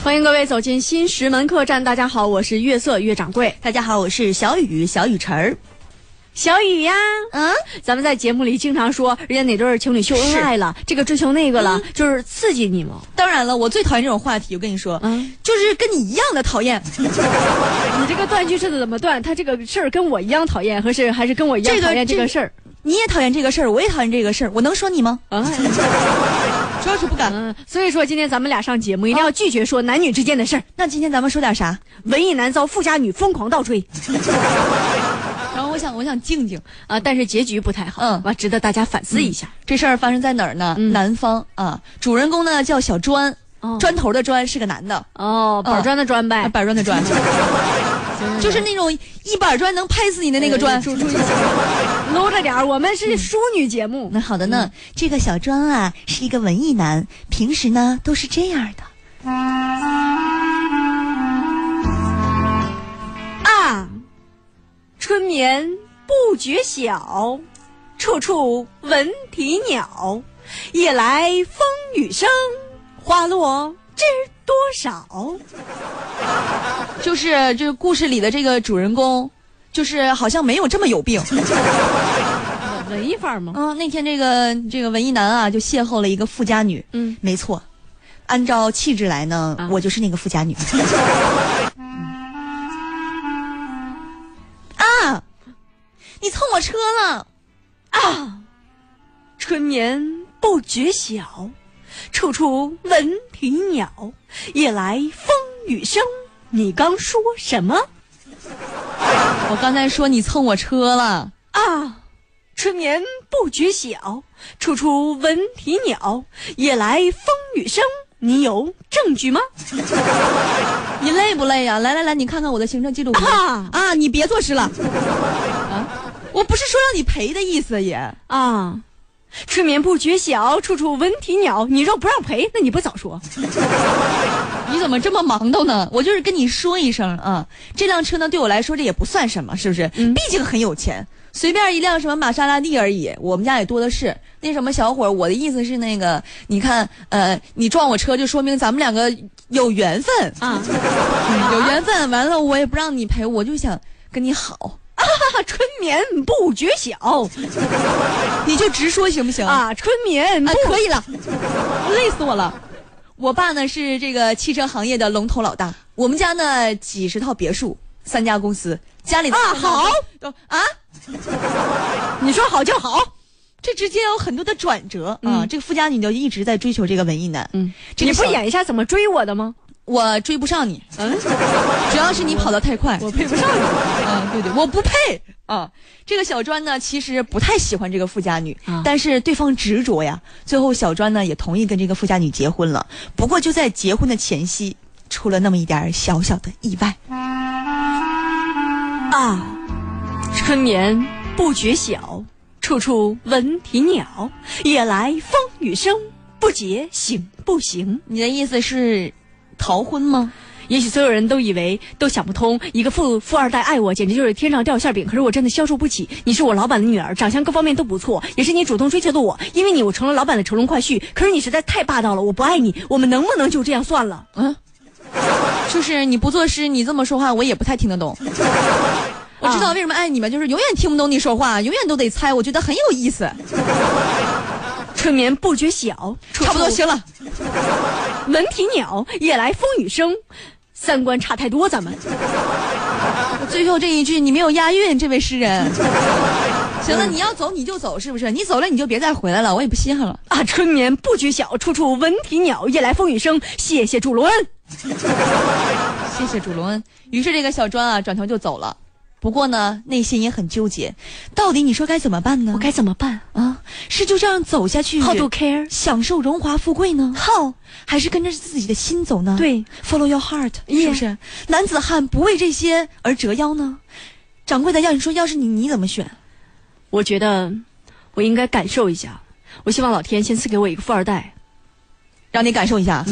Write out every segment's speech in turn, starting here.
欢迎各位走进新石门客栈。大家好，我是月色月掌柜。大家好，我是小雨小雨晨儿。小雨呀，嗯，咱们在节目里经常说，人家哪对儿情侣秀恩爱了，这个追求那个了，就是刺激你嘛。当然了，我最讨厌这种话题。我跟你说，嗯就是跟你一样的讨厌。你这个断句是怎么断？他这个事儿跟我一样讨厌，还是还是跟我一样这个讨厌这这个事儿？你也讨厌这个事儿，我也讨厌这个事儿。我能说你吗？ 啊，主要是不敢。嗯，所以说今天咱们俩上节目一定要拒绝说男女之间的事儿。那今天咱们说点啥？文艺男遭富家女疯狂倒追然后我想，我想静静。啊，但是结局不太好，嗯完值得大家反思一下。这事儿发生在哪儿呢？嗯南方啊，主人公呢叫小砖，哦砖头的砖是个男的，哦，板砖的砖啊呗，板砖的 砖，就是哎那种一板砖能拍死你的那个砖。注注意一下，搂着点儿，我们是淑女节目。那好的呢，这个小庄啊是一个文艺男，平时呢都是这样的。啊，春眠不觉晓，处处闻啼鸟。夜来风雨声，花落知多少。就是就是故事里的这个主人公，就是好像没有这么有病。啊文艺范儿吗？嗯，那天这个这个文艺男啊就邂逅了一个富家女，嗯，没错，按照气质来呢，啊我就是那个富家女。嗯 啊，你蹭我车了，春眠不觉晓，处处闻啼鸟。夜来风雨声，你刚说什么我刚才说你蹭我车了。啊？春眠不觉晓，处处闻啼鸟。夜来风雨声，你有证据吗？你累不累呀、啊来来来，你看看我的行车记录仪啊啊！你别作诗了，啊！我不是说让你赔的意思也。啊，春眠不觉晓，处处闻啼鸟。你若不让赔，那你不早说？你怎么这么忙叨呢？我就是跟你说一声啊，这辆车呢对我来说这也不算什么，是不是？嗯毕竟很有钱，随便一辆什么玛莎拉蒂而已，我们家也多的是。那什么小伙儿，我的意思是那个，你看，呃，你撞我车就说明咱们两个有缘分，啊，嗯有缘分。完了，我也不让你赔，我就想跟你好，啊春眠不觉晓嗯你就直说行不行？啊，春眠啊不，可以了，累死我了。我爸呢是这个汽车行业的龙头老大，我们家呢几十套别墅，三家公司，家里的啊好都啊，你说好就好。这之间有很多的转折、啊嗯。这个富家女就一直在追求这个文艺男，嗯，这你个不小演一下怎么追我的吗？我追不上你，嗯，主要是你跑得太快。我配不上你。啊，对对，我不配啊！这个小专呢，其实不太喜欢这个富家女，啊但是对方执着呀，最后小专呢也同意跟这个富家女结婚了。不过就在结婚的前夕，出了那么一点儿小小的意外。啊，春眠不觉晓，处处闻啼鸟。夜来风雨声，不解醒不行。你的意思是逃婚吗？也许所有人都以为都想不通，一个富富二代爱我，简直就是天上掉馅饼。可是我真的消受不起。你是我老板的女儿，长相各方面都不错，也是你主动追求的我。因为你，我成了老板的乘龙快婿。可是你实在太霸道了，我不爱你。我们能不能就这样算了？嗯，就是你不作诗，你这么说话，我也不太听得 懂。我知道为什么爱你们，就是永远听不懂你说话，永远都得猜，我觉得很有意思。春眠不觉晓，处处差不多行了，闻啼鸟，夜来风雨声，三观差太多，咱们。最后这一句你没有押韵，这位诗人。 嗯行了，你要走你就走，是不是？你走了你就别再回来了，我也不稀罕了。啊，春眠不觉晓，处处闻啼鸟，夜来风雨声。谢谢主隆恩。谢谢主隆恩。于是这个小庄啊，转头就走了。不过呢，内心也很纠结，到底你说该怎么办呢我？该怎么办啊，是就这样走下去？How to care？享受荣华富贵呢？好，还是跟着自己的心走呢？对，Follow your heart， Yeah 是不是？男子汉不为这些而折腰呢？掌柜的，要你说，要是你，你怎么选？我觉得我应该感受一下。我希望老天先赐给我一个富二代。让你感受一下。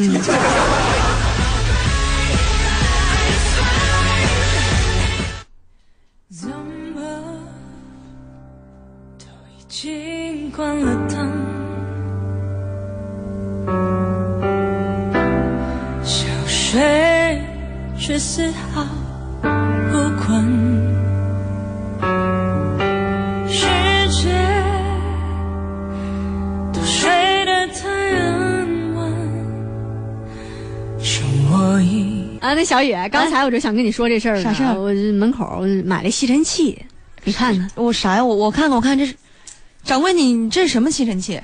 怎么都已经关了灯，消失睡，却丝毫不困。世界都睡得太安稳，剩我一啊，那小雨，刚才我就想跟你说这事儿呢。啥事儿我这门口儿买了吸尘器，你看看，我啥呀？我我看看，我看这是，掌柜你你这是什么吸尘器？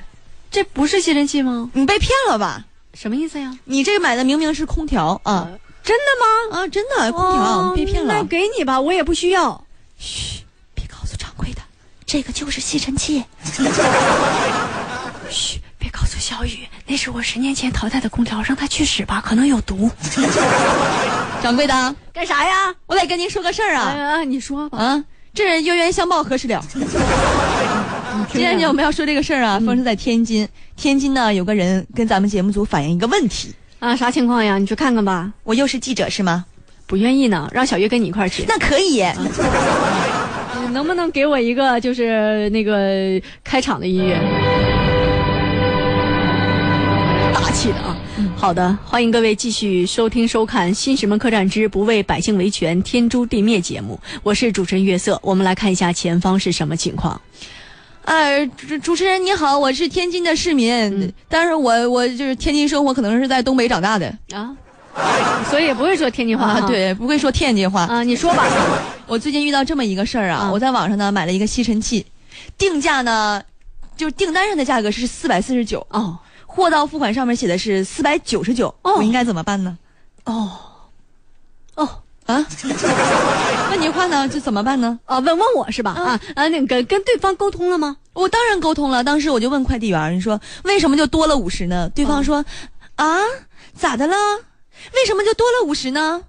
这不是吸尘器吗？你被骗了吧？什么意思呀？你这个买的明明是空调啊真的吗？啊！真的空调嗯哦被骗那了，给你吧，我也不需要。别告诉掌柜的，这个就是吸尘 器。嘘，别告诉小雨，那是我十年前淘汰的空调，让它去屎吧，可能有毒。掌柜的，干啥呀？我得跟您说个事儿啊啊，你说吧。啊！这是冤冤相报何 时了？啊今天我们要说这个事儿嗯啊，发生在天津。天津呢，有个人跟咱们节目组反映一个问题，啊，啥情况呀？你去看看吧。我又是记者是吗？不愿意呢，让小月跟你一块儿去。那可以，嗯你嗯能不能给我一个就是那个开场的音乐？大气的啊！好的，欢迎各位继续收听收看《新石门客栈之不为百姓维权，天诛地灭》节目，我是主持人月色。我们来看一下前方是什么情况。呃，主主持人你好，我是天津的市民，嗯但是我我就是天津生活，可能是在东北长大的啊，所以也不会说天津话、啊，哈对，不会说天津话。啊，你说吧，我最近遇到这么一个事儿啊，啊我在网上呢买了一个吸尘器，定价呢，就是订单上的价格是四百四十九， 哦货到付款上面写的是四百九十九，哦我应该怎么办呢？哦哦 啊，问你话呢，就怎么办呢？哦，问问我是吧？啊啊，那个跟对方沟通了吗？我当然沟通了，当时我就问快递员儿，你说为什么就多了五十呢？对方说，啊，咋的了？为什么就多了五十呢？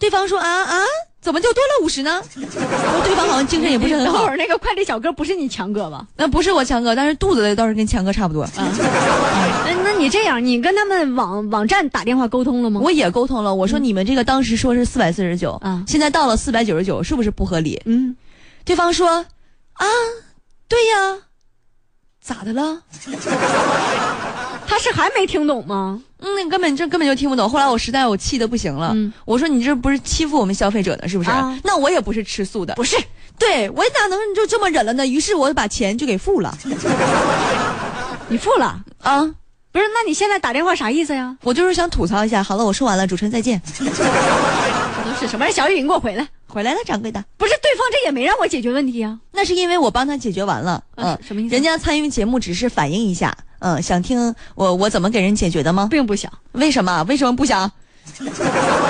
对方说，啊啊，怎么就多了五十 呢？然后对方好像精神也不是很哎等会好儿，那个快递小哥不是你强哥吧？那不是我强哥，但是肚子倒是跟强哥差不多。哎，那你这样，你跟他们网网站打电话沟通了吗？我也沟通了，我嗯说你们这个当时说是四百四十九啊，现在到了四百九十九，是不是不合理？嗯，对方说，啊，对呀，咋的了？ 他是还没听懂吗？嗯，根本这根本就听不懂。后来我实在我气的不行了，嗯我说你这不是欺负我们消费者呢，是不是？啊那我也不是吃素的，不是，对我哪能就这么忍了呢？于是我把钱就给付了你付了，啊！不是？那你现在打电话啥意思呀？我就是想吐槽一下。好了，我说完了，主持人再见。嗯这都是什么玩意儿？小雨，你给我回来！回来了，掌柜的，不是，对方这也没让我解决问题呀、那是因为我帮他解决完了，嗯、啊什么意思人家参与节目只是反映一下，嗯、想听我我怎么给人解决的吗？并不想。为什么？为什么不 想？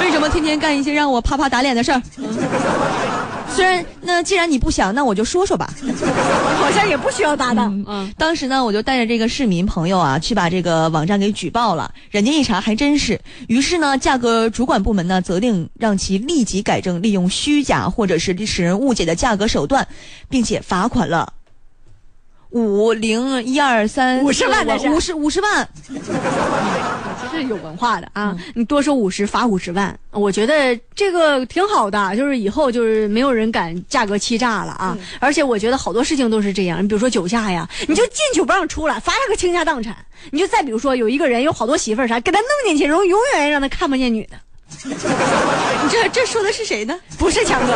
为什么天天干一些让我啪啪打脸的事儿？虽然那既然你不想，那我就说说吧。好像也不需要搭档。嗯，当时呢，我就带着这个市民朋友啊，去把这个网站给举报了。人家一查，还真是。于是呢，价格主管部门呢责令让其立即改正利用虚假或者是使人误解的价格手段，并且罚款了五零一二三50万那是五十五十万。其实有文化的啊，你多收五十罚五十万，我觉得这个挺好的，就是以后就是没有人敢价格欺诈了啊。而且我觉得好多事情都是这样，你比如说酒驾呀，你就进去不让出来，罚他个倾家荡产。你就再比如说有一个人有好多媳妇儿啥，给他弄进去，然后永远让他看不见女的，你这这说的是谁呢？不是强哥，